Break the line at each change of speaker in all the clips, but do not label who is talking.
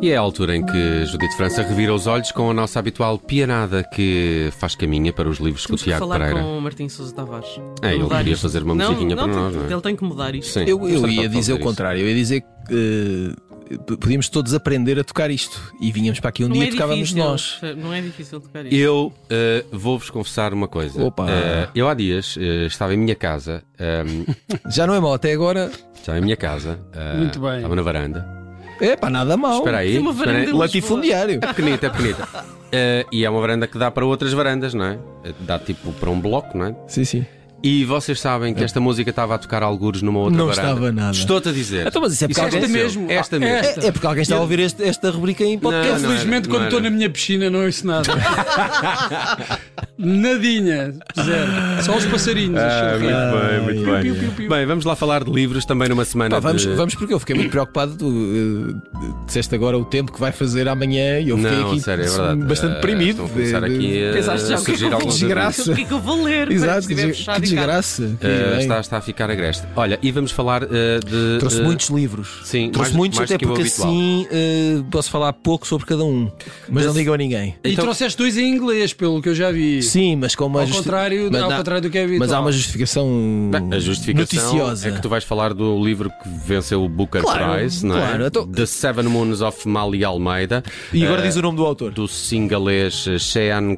E é a altura em que Judite França revira os olhos com a nossa habitual pianada que faz caminha para os livros que o
Temos que
Tiago
falar
Pereira.
com o Martim Sousa Tavares.
É, ele
Mudar
queria
isto.
fazer uma
não,
musiquinha
não,
para
tem-
nós, não é?
Ele tem que mudar isto.
Sim,
Eu, eu
gostava
ia
de é
dizer o
isso.
contrário, eu ia dizer que eh, p- podíamos todos aprender a tocar isto e vínhamos para aqui um
Não
dia
é
e tocávamos
difícil,
nós.
Não é difícil tocar isto.
Eu eh, vou-vos confessar uma coisa.
Opa.
Eh, eu há dias eh, estava em minha casa, ehm,
Já não é mal até agora.
estava em minha casa, eh,
Muito bem.
estava na varanda.
É pá, nada mal.
Espera aí,
Tem uma
espera aí.
varanda
Latifundiário.
É pequenita, é pequenita. Eh, e é uma varanda que dá para outras varandas, não é? Eh, Dá tipo para um bloco, não é?
Sim, sim.
E vocês sabem que esta música estava a tocar algures numa outra
É. Não
varanda.
estava nada.
Estou-te a dizer.
Então, mas isso é porque
esta
alguém-
mesmo,
Ah,
Ah, esta mesmo.
Esta.
É, é porque alguém está a ouvir este- esta rubrica em podcast.
Não, não era,
Felizmente,
não
quando
era.
estou na minha piscina, não ouço nada. Nadinha, zero. Só os passarinhos. a
Ah,
chorar.
muito bem, muito
Piu,
bem.
piu, piu.
Bem, vamos lá falar de livros também numa semana.
Pá, vamos,
de...
vamos porque eu fiquei muito preocupado. Tu eh, disseste agora o tempo que vai fazer amanhã e eu fiquei
Não,
aqui
sério, é verdade.
bastante
Eh,
deprimido.
Estou a começar
de- de-
aqui eh, a
Pensaste já o que é que
surgir
eu vou
alguns
desgraça.
O que é que eu vou ler?
Exato,
Estiver
que
fechado
que
em casa.
desgraça. que
Eh,
bem.
está, está a ficar agreste. Olha, e vamos falar eh, de.
Trouxe
eh,
muitos livros.
sim,
Trouxe
mais-
muitos,
mais
até
que o
porque
habitual.
assim eh, posso falar pouco sobre cada um. Mas não digam a ninguém.
E
Então-
trouxeste dois em inglês, pelo que eu já vi.
Sim, mas com uma
Ao
justi-
contrário-
mas
ao
há-
contrário do que é
Mas há
habitual.
uma justificação
Bem, A justificação
noticiosa.
é que tu vais falar do livro que venceu o Booker
Claro,
Prize, não
claro,
é?
então-
The Seven Moons of Mali Almeida,
E agora diz o nome do autor.
Eh, do singalês Shean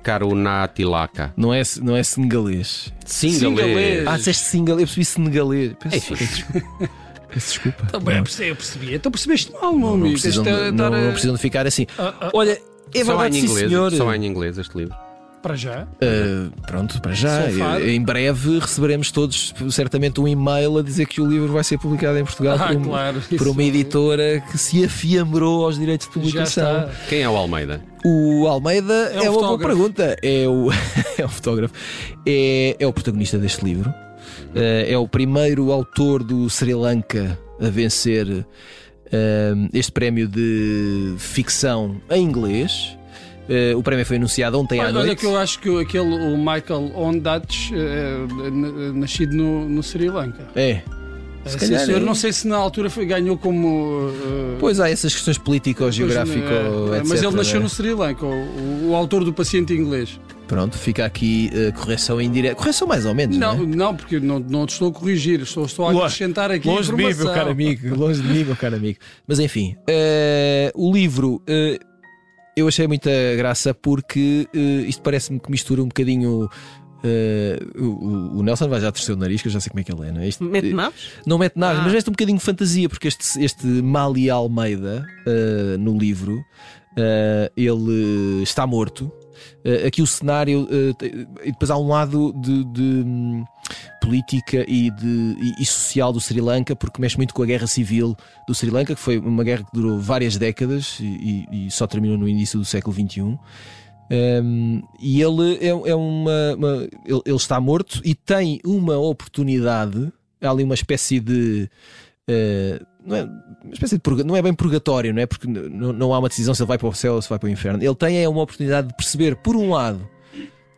Karunatilaka.
Não é, não é senegalês.
Singalês. Eh,
Singalês.
Ah, disseste senegalês, eu percebi senegalês. Peço,
Enfim.
peço desculpa.
Então, bem, eu percebi, eu percebi. Então percebeste mal, meu
Não
amigo.
precisam,
é
Tens
de,
de
não,
dar,
não
eh,
precisam de ficar assim.
ah, ah,
Olha, é
Só há
verdade,
em
sim,
inglês,
senhor.
só há em inglês este livro.
para já.
Uh, pronto, para já.
Sulfado.
Eh, Em breve receberemos todos, certamente, um e-mail a dizer que o livro vai ser publicado em Portugal
Ah,
por, um-
claro.
por
isso
uma editora que se afiambrou aos direitos de
Já
publicação.
está.
Quem é o Almeida?
O Almeida
É
é, uma
um
boa
fotógrafo.
pergunta. É o, é um fotógrafo. É, é o protagonista deste livro. Eh, é o primeiro autor do Sri Lanka a vencer eh, este prémio de ficção em inglês. Eh, o prémio foi anunciado ontem à
Olha, olha
noite.
que eu acho que aquele, o Michael Ondatch, eh, eh, nascido no, no Sri Lanka.
É.
Se
calhar
senhor,
é.
não sei se na altura foi- ganhou como. eh,
Pois há essas questões político-geográfico,
eh,
etc.
Mas ele nasceu
não é?
no Sri Lanka, o, o autor do paciente inglês.
Pronto, fica aqui a correção indireta. Correção mais ou menos,
Não,
não é?
não, porque eu não, não te estou a corrigir, estou, estou a
Longe-
acrescentar aqui.
Longe de mim,
informação.
meu caro amigo. Longe de mim, meu caro amigo. Mas enfim, eh, o livro eh, eu achei muita graça porque eh, isto parece-me que mistura um bocadinho. eh, o, o Nelson vai já torcer o nariz, que eu já sei como é que ele é, não é? Isto,
Mete naves?
não mete nada,
Ah.
mas mete um bocadinho de fantasia, porque este, este Mali Almeida, eh, no livro, eh, ele está morto. Eh, aqui o cenário, eh, te- e depois há um lado de, de, hum, política e, de, e- e social do Sri Lanka, porque mexe muito com a guerra civil do Sri Lanka, que foi uma guerra que durou várias décadas e, e- e só terminou no início do século XXI. Um, e ele é, é uma, uma- ele, ele está morto e tem uma oportunidade. Há ali uma espécie de. eh, não é, uma espécie de purga- não é bem purgatório, não é? Porque n- n- não há uma decisão se ele vai para o céu ou se vai para o inferno. Ele tem é uma oportunidade de perceber, por um lado,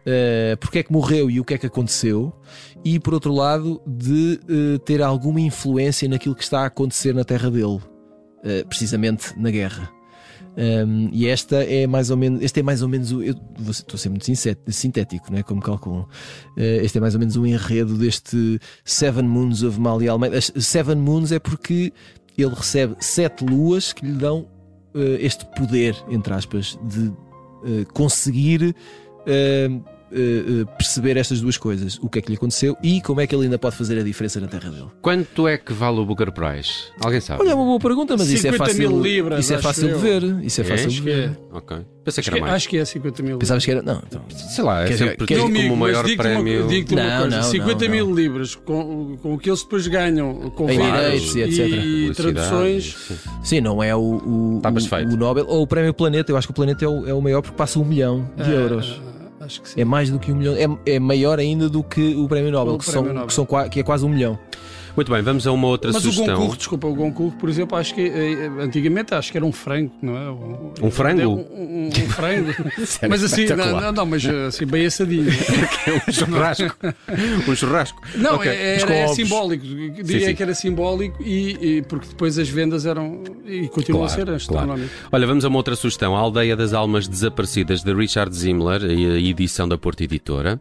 eh, porque é que morreu e o que é que aconteceu, e por outro lado, de eh, ter alguma influência naquilo que está a acontecer na terra dele, eh, precisamente na guerra. Um, e esta é mais ou menos, este é mais ou menos o. Eu vou ser- estou a ser muito sincé- sintético, não é? Como calculam. Eh, este é mais ou menos o enredo deste Seven Moons of Mali Almeida. As Seven Moons é porque ele recebe sete luas que lhe dão eh, este poder, entre aspas, de eh, conseguir eh, eh, eh, perceber estas duas coisas. O que é que lhe aconteceu e como é que ele ainda pode fazer a diferença na terra dele.
Quanto é que vale o Booker Prize? Alguém sabe?
Olha, é uma boa pergunta, mas isso é
50
fácil.
mil libras,
isso é
acho
fácil de
eu.
ver. Isso é
É?
fácil de
Acho que
ver.
é,
Ok. Pensei que
acho
era
que,
mais.
acho que é 50 mil.
Pensavas que era. Não, então.
Sei lá, é
Quer-
sempre
quer-
tido
Não,
como o maior
digo
prémio.
Uma, digo-te uma
Não,
coisa:
não,
50
não,
mil
não.
libras com, com o que eles depois ganham com
Em
vendas
direitos e etc.
e
Publicidade,
traduções.
sim.
Sim, não é o, o,
Tá, mas
o-
feito.
o Nobel ou o Prémio Planeta. Eu acho que o Planeta é o, é o maior porque passa um milhão de
ah,
euros.
ah, acho que sim.
É mais do que um milhão. É, é maior ainda do que o Prémio Nobel,
O
que,
Prémio
são,
Nobel.
Que, são qua- que é quase um milhão.
Muito bem, vamos a uma outra
Mas o
sugestão.
Goncourt, desculpa, o Goncourt, por exemplo, acho que eh, antigamente acho que era um frango, não é?
Um frango?
Um, um- um frango. mas assim,
espetacular.
não, não, não, mas eh, assim, bem assadinho.
um churrasco. um churrasco.
Não,
Ok,
é-
mas
era,
com ovos.
simbólico. Diria
Sim, sim.
que era simbólico e, e- porque depois as vendas eram e continuam
Claro,
a ser astronómicas.
Olha, vamos a uma outra sugestão. A Aldeia das Almas Desaparecidas, de Richard Zimler, e a edição da Porta Editora.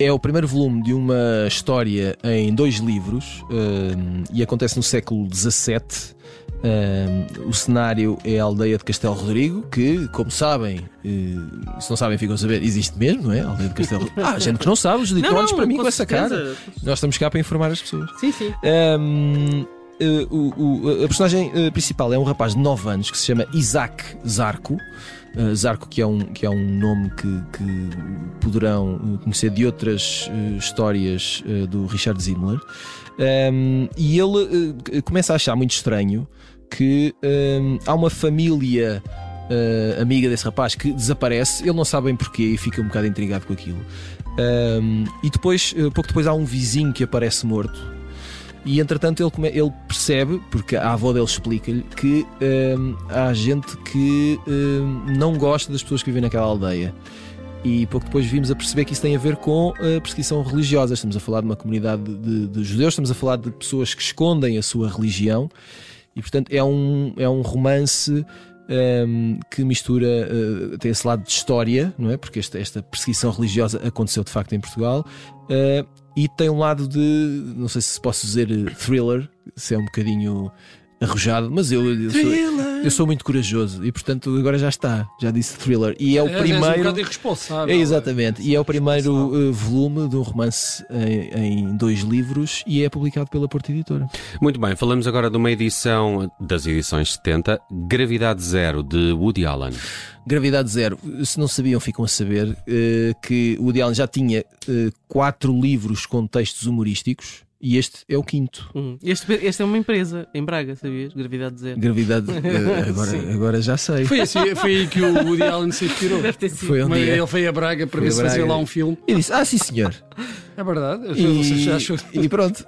É o primeiro volume de uma história em dois livros hum, e acontece no século XVII. Hum, o cenário é a aldeia de Castelo Rodrigo, que, como sabem, eh, se não sabem, ficam a saber, existe mesmo, não é? A aldeia de Castelo Rodrigo. Ah, gente que não sabe, os
Não,
olhos
não,
para mim com essa
certeza.
cara. Nós estamos cá para informar as pessoas.
Sim, sim.
Hum, eh, o- o- a personagem eh, principal é um rapaz de 9 anos que se chama Isaac Zarco. Eh, Zarco, que é um, que é um nome que, que poderão eh, conhecer de outras eh, histórias eh, do Richard Zimler. Hum, e ele eh, começa a achar muito estranho que hum, há uma família eh, amiga desse rapaz que desaparece, ele não sabe bem porquê e fica um bocado intrigado com aquilo. Hum, e depois, eh, pouco depois, há um vizinho que aparece morto. E entretanto ele, come- ele percebe, porque a avó dele explica-lhe, que hum, há gente que hum, não gosta das pessoas que vivem naquela aldeia. E pouco depois vimos a perceber que isso tem a ver com a perseguição religiosa. Estamos a falar de uma comunidade de, de- de judeus, estamos a falar de pessoas que escondem a sua religião. E portanto é um, é um romance hum, que mistura, eh, tem esse lado de história, não é? Porque esta, esta perseguição religiosa aconteceu de facto em Portugal. Eh, e tem um lado de, não sei se posso dizer eh, thriller, se é um bocadinho arrojado, mas eu, eu,
é-
sou,
é-
eu sou muito corajoso e portanto agora já está, já disse thriller. E é o
Às vezes É um
primeiro.
bocado irresponsável.
É, exatamente, e é o primeiro eh, volume de um romance em, em dois livros e é publicado pela Porta Editora.
Muito bem, falamos agora de uma edição das edições 70, Gravidade Zero, de Woody Allen.
Gravidade Zero, se não sabiam, ficam a saber eh, que o Woody Allen já tinha eh, quatro livros com textos humorísticos e este é o quinto.
Hum. Este, este é uma empresa em Braga, sabias? Gravidade zero.
Gravidade, eh, agora,
Sim.
agora já sei.
Foi, assim, foi aí que o Woody Allen se tirou.
Deve ter sido.
Foi um
Mas
dia.
ele veio a Braga para
Foi a
ver se fazia
Braga.
lá um filme.
E disse: Ah, sim, senhor.
É verdade. As pessoas não sei se acham-
E, e pronto,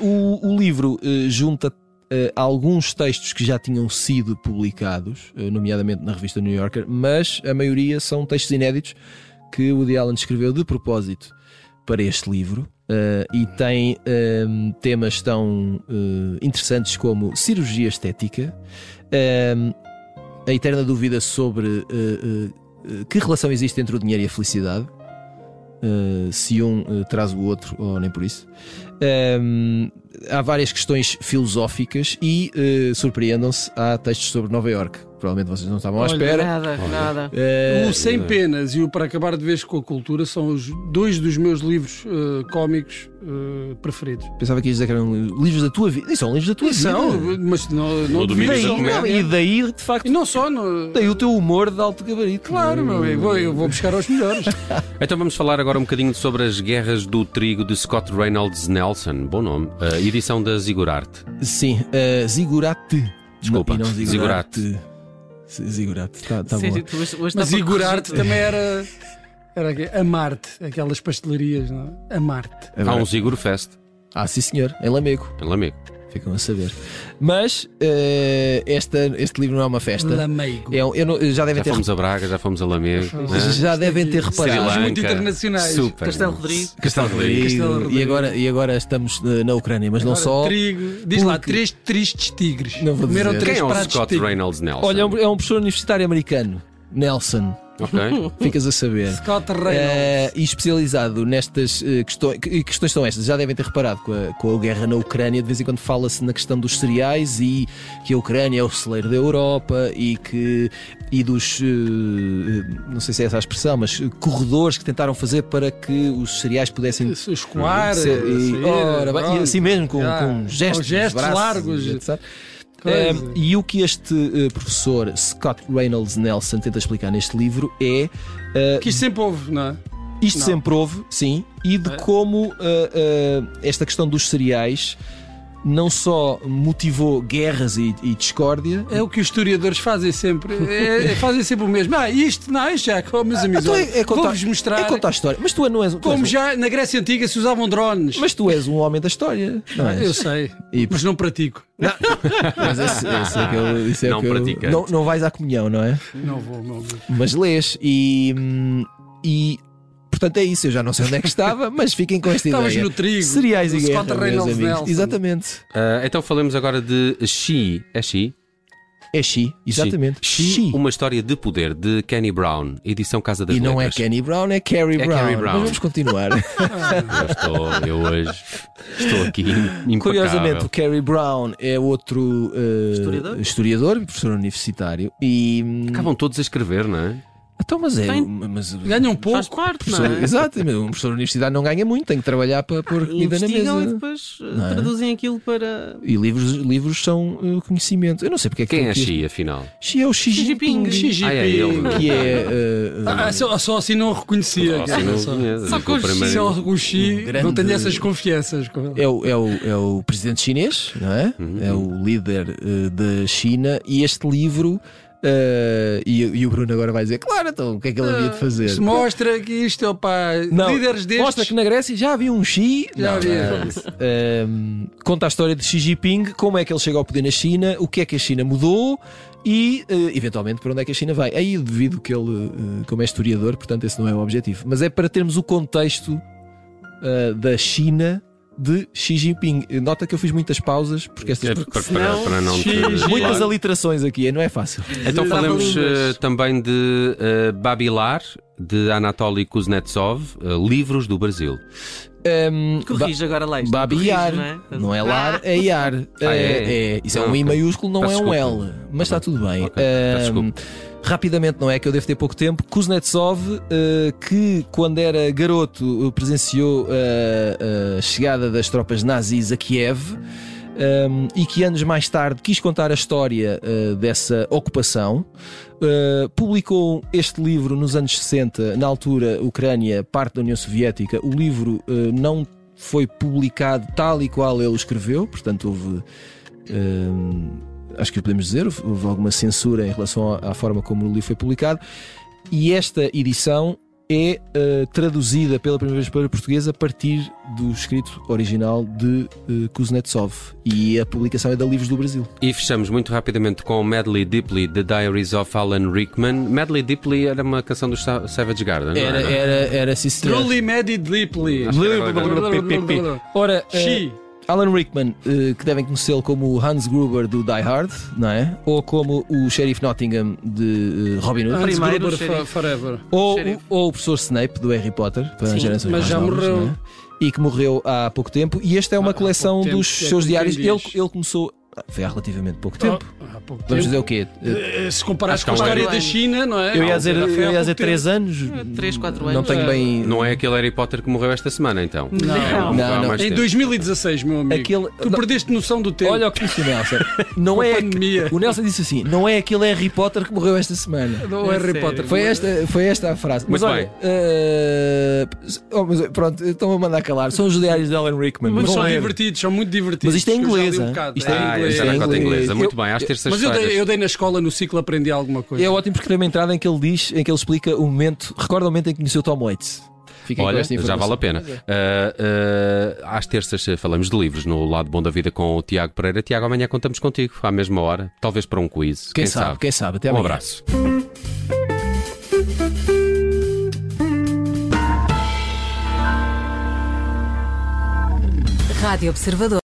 hum, o, o livro eh, junta eh, alguns textos que já tinham sido publicados, eh, nomeadamente na revista New Yorker, mas a maioria são textos inéditos que o Woody Allen escreveu de propósito para este livro. eh, e tem hum, temas tão eh, interessantes como cirurgia estética, hum, a eterna dúvida sobre eh, eh, eh, que relação existe entre o dinheiro e a felicidade, Uh, se um uh, traz o outro ou nem por isso. Um, há várias questões filosóficas e uh, surpreendam-se, há textos sobre Nova York. Provavelmente vocês não estavam à
Olha,
espera.
Nada, nada.
Uh,
O Sem Penas e o Para Acabar de Vez com a Cultura são os dois dos meus livros eh, cómicos eh, preferidos.
pensava que ias dizer que eram livros da tua vida. E são livros da tua vida.
São, mas não, não
No domínio
duvido.
da
Não,
comédia.
e-
E daí, de facto,
E não só. No...
daí o teu humor de alto gabarito.
Claro, meu amigo, vou- eu vou buscar aos melhores.
Então vamos falar agora um bocadinho sobre as Guerras do Trigo, de Scott Reynolds Nelson, bom nome, a edição da Zigurarte.
Sim, uh, Zigurate.
Desculpa,
E não Zigurate. Zigurate, tá, tá bom.
Sério, tu hoje- hoje
Mas
tá para
Igorarte
corrigir tudo.
também era. Era quê? Amarte, aquelas pastelarias, não é? Amarte.
Há um Ziguro Fest,
Ah, sim, senhor, em Lamego.
em Lamego.
Ficam a saber. Mas eh, esta, este livro não é uma festa.
Lameigo.
É um- eu não- já devem
Já
ter,
fomos a Braga, já fomos a Lamego.
Já
né?
fomos
já
Isto
devem
aqui.
ter
Sri
reparado.
Lanka. é muito internacionais.
Super.
Castelo Rodrigo.
Castelo Rodrigo.
Castelo
E-
Rodrigo.
E agora, e agora estamos eh, na Ucrânia, mas não
Agora,
só.
Trigo. Diz lá,
Porque-
três tristes tigres.
Não vou
Comeram
dizer.
três
Quem é o
pratos de
Scott
tigre.
Reynolds Nelson?
Olha, é um, é um professor universitário americano, Nelson.
Ok.
Ficas a saber.
Scott
Eh,
Reynolds.
e especializado nestas eh, questões. Que, questões são estas? Já devem ter reparado com a, com a guerra na Ucrânia, de vez em quando fala-se na questão dos cereais e que a Ucrânia é o celeiro da Europa e que e dos eh, eh, não sei se é essa a expressão, mas eh, corredores que tentaram fazer para que os cereais pudessem
Se escoar,
ser- e,
sair,
ora, bem, e
pronto.
assim mesmo com,
Ah,
com gestos,
com gestos
braços,
largos.
etc.
Coisa. É
Um, e o que este eh, professor Scott Reynolds Nelson tenta explicar neste livro é eh,
Que isto sempre houve, não é?
isto
Não.
sempre houve, sim, e de uh,
É.
como ah, ah, esta questão dos cereais não só motivou guerras e, e discórdia.
É o que os historiadores fazem sempre. É- é- fazem sempre o mesmo. Ah, isto, não, isto já, com meus amigos.
Então
olha,
é, é contar,
Vou-vos mostrar
é contar história. Mas tu não és, tu és
como
um-
já na Grécia Antiga se usavam drones.
mas tu és um homem da história, não és?
Ah, Eu sei,
E-
mas não pratico.
Mas esse- esse é que eu- isso é
Ah, Não
que eu-
praticante.
não, não vais à comunhão, não é?
Não vou, não vou.
Mas lês e. hum, e Portanto, é isso. Eu já não sei onde é que estava, mas fiquem com esta
Estavas
ideia.
no trigo.
Cereais
no
e
Scott
guerra, meus
Reynolds
amigos.
Nelson.
Exatamente.
Ah, então falamos agora de She. É She?
É Xi. Exatamente.
She. Uma história de poder de Kenny Brown, edição Casa das
E não é
Letras.
Kenny Brown, é Carrie
É
Brown.
Carrie Brown.
Mas vamos continuar.
Ah,
Eu estou, eu hoje estou aqui impecável.
Curiosamente, o Carrie Brown é outro eh,
Historiador?
historiador, professor universitário. E. hum,
Acabam todos a escrever, não é?
Então, mas é.
Tem-
Mas,
Ganha um
Faz
pouco.
parte, não
professor,
é?
Exato, mas um professor universitário não ganha muito, tem que trabalhar para pôr comida na
Ah, Investigam e
mesa.
depois eh,
Não é?
traduzem aquilo para.
E livros, livros são eh, conhecimento. Eu não sei porque é que
Quem
eu
é
quis-
Xi, afinal?
Xi é o Xi
Xi
Jinping.
Jinping.
Xi
Ah, é ele.
Jinping.
Que é. eh,
Ah, só, só assim não reconhecia.
Nossa,
assim
cara,
não
só.
conheço.
Só com o
O primeiro-
Xi, só o Xi,
Um grande-
não tenho essas confianças com ele.
É o, é, o, é o presidente chinês, não é? É o líder eh, da China e este livro. eh, e, e o Bruno agora vai dizer, claro, então o que é que ele havia
Ah,
de fazer?
Isto mostra que isto é o pai.
Não,
Líderes destes.
Mostra que na Grécia já havia um Xi.
Já
Não,
havia.
não é isso. Ehm, conta a história de Xi Jinping, como é que ele chega ao poder na China, o que é que a China mudou e, eh, eventualmente, para onde é que a China vai. Aí, devido que ele, eh, como é historiador, portanto, esse não é o objetivo. Mas é para termos o contexto eh, da China de Xi Jinping. Eh, Nota que eu fiz muitas pausas, porque estas.
É para, para, para não te...
Xi-
Muitas
Claro.
aliterações aqui, não é fácil.
Então
Estava
falamos
lindas.
eh, também de eh, Babilar, de Anatoly Kuznetsov, eh, livros do Brasil.
Ehm, ba-
Corrige agora lá isto.
Babiar.
Corrige,
não, é? lar, é iar.
Ah,
é,
é?
é. Isso é
Ah,
um
ok.
I maiúsculo, não
Peço
é um
desculpa.
L. Mas está tudo bem.
Ok, peço
Ahm, rapidamente, não é? Que eu devo ter pouco tempo. Kuznetsov, eh, que quando era garoto eh, presenciou eh, a chegada das tropas nazis a Kiev. ahm, e que anos mais tarde quis contar a história eh, dessa ocupação, Uh, publicou este livro nos anos 60, na altura Ucrânia, parte da União Soviética. O livro uh, não foi publicado tal e qual ele o escreveu, portanto, houve. um, acho que podemos dizer, houve houve alguma censura em relação à à forma como o livro foi publicado. E esta edição é uh, traduzida pela primeira vez para português a partir do escrito original de uh, Kuznetsov. E a publicação é da Livros do Brasil.
E fechamos muito rapidamente com Medley Deeply, The Diaries of Alan Rickman. Medley Deeply era uma canção do Sa- Savage Garden, não é?
Era,
era?
era, era sim, senhor.
Truly Medi Deeply.
Acho que era
Ora, eh,
Xi.
Alan Rickman, eh, que devem conhecê-lo como o Hans Gruber do Die Hard, não é? Ou como o Sheriff Nottingham de eh, Robin Hood.
Hans
Primeiro,
Gruber
xerife.
fo- Forever.
Ou,
Sheriff.
ou o professor Snape do Harry Potter, para
Sim,
as gerações
mas
mais
já
novas,
morreu.
não é? E que morreu há pouco tempo. E esta é uma
Há- há
coleção
pouco tempo,
dos
é como
seus
quem
diários. Ele,
diz.
ele começou. Foi há relativamente pouco tempo.
Ah, há pouco
Vamos
tempo.
dizer o quê? Eh,
Eh, Se comparares
Acho que
com a
há um
história
ano.
da China, não é?
Eu ia dizer,
Foi há
eu ia
pouco
dizer
tempo.
3 anos.
três, quatro
Não
anos.
tenho
É.
bem.
Não é aquele Harry Potter que morreu esta semana, então?
Não.
É um-
Não,
há
não.
mais
Em
tempo.
2016, meu amigo.
Aquele-
é. Tu
Não.
perdeste noção do tempo.
Olha o que disse o Nelson. Não é.
pandemia.
O Nelson disse assim: não é aquele Harry Potter que morreu esta semana.
o
É
Harry
sério.
Potter.
Foi esta, foi esta a frase.
Muito
mas olha,
bem.
eh, oh, mas pronto, estão a mandar calar. São os diários de Alan Rickman.
Mas
Vão
são
ler.
divertidos, são muito divertidos.
é. Mas isto é
Eu já li
inglês,
um
hein?
bocado.
Isto é
Ah,
inglês,
esta era a cota
inglês.
inglesa. Muito
Eu-
bem, às
Mas eu dei,
terças-feiras.
eu dei na escola, no ciclo, aprendi alguma coisa.
É ótimo porque tem uma entrada em que ele diz, em que ele explica o momento, recorda o momento em que conheceu Tom Waits. Fiquem com
Olha,
esta
já
informação.
vale a pena. Ah, ah, às terças eh, falamos de livros no Lado Bom da Vida com o Tiago Pereira. Tiago, amanhã contamos contigo, à mesma hora. Talvez para um quiz.
Quem, sabe, quem sabe. Até
Um
amanhã.
abraço.
Rádio Observador.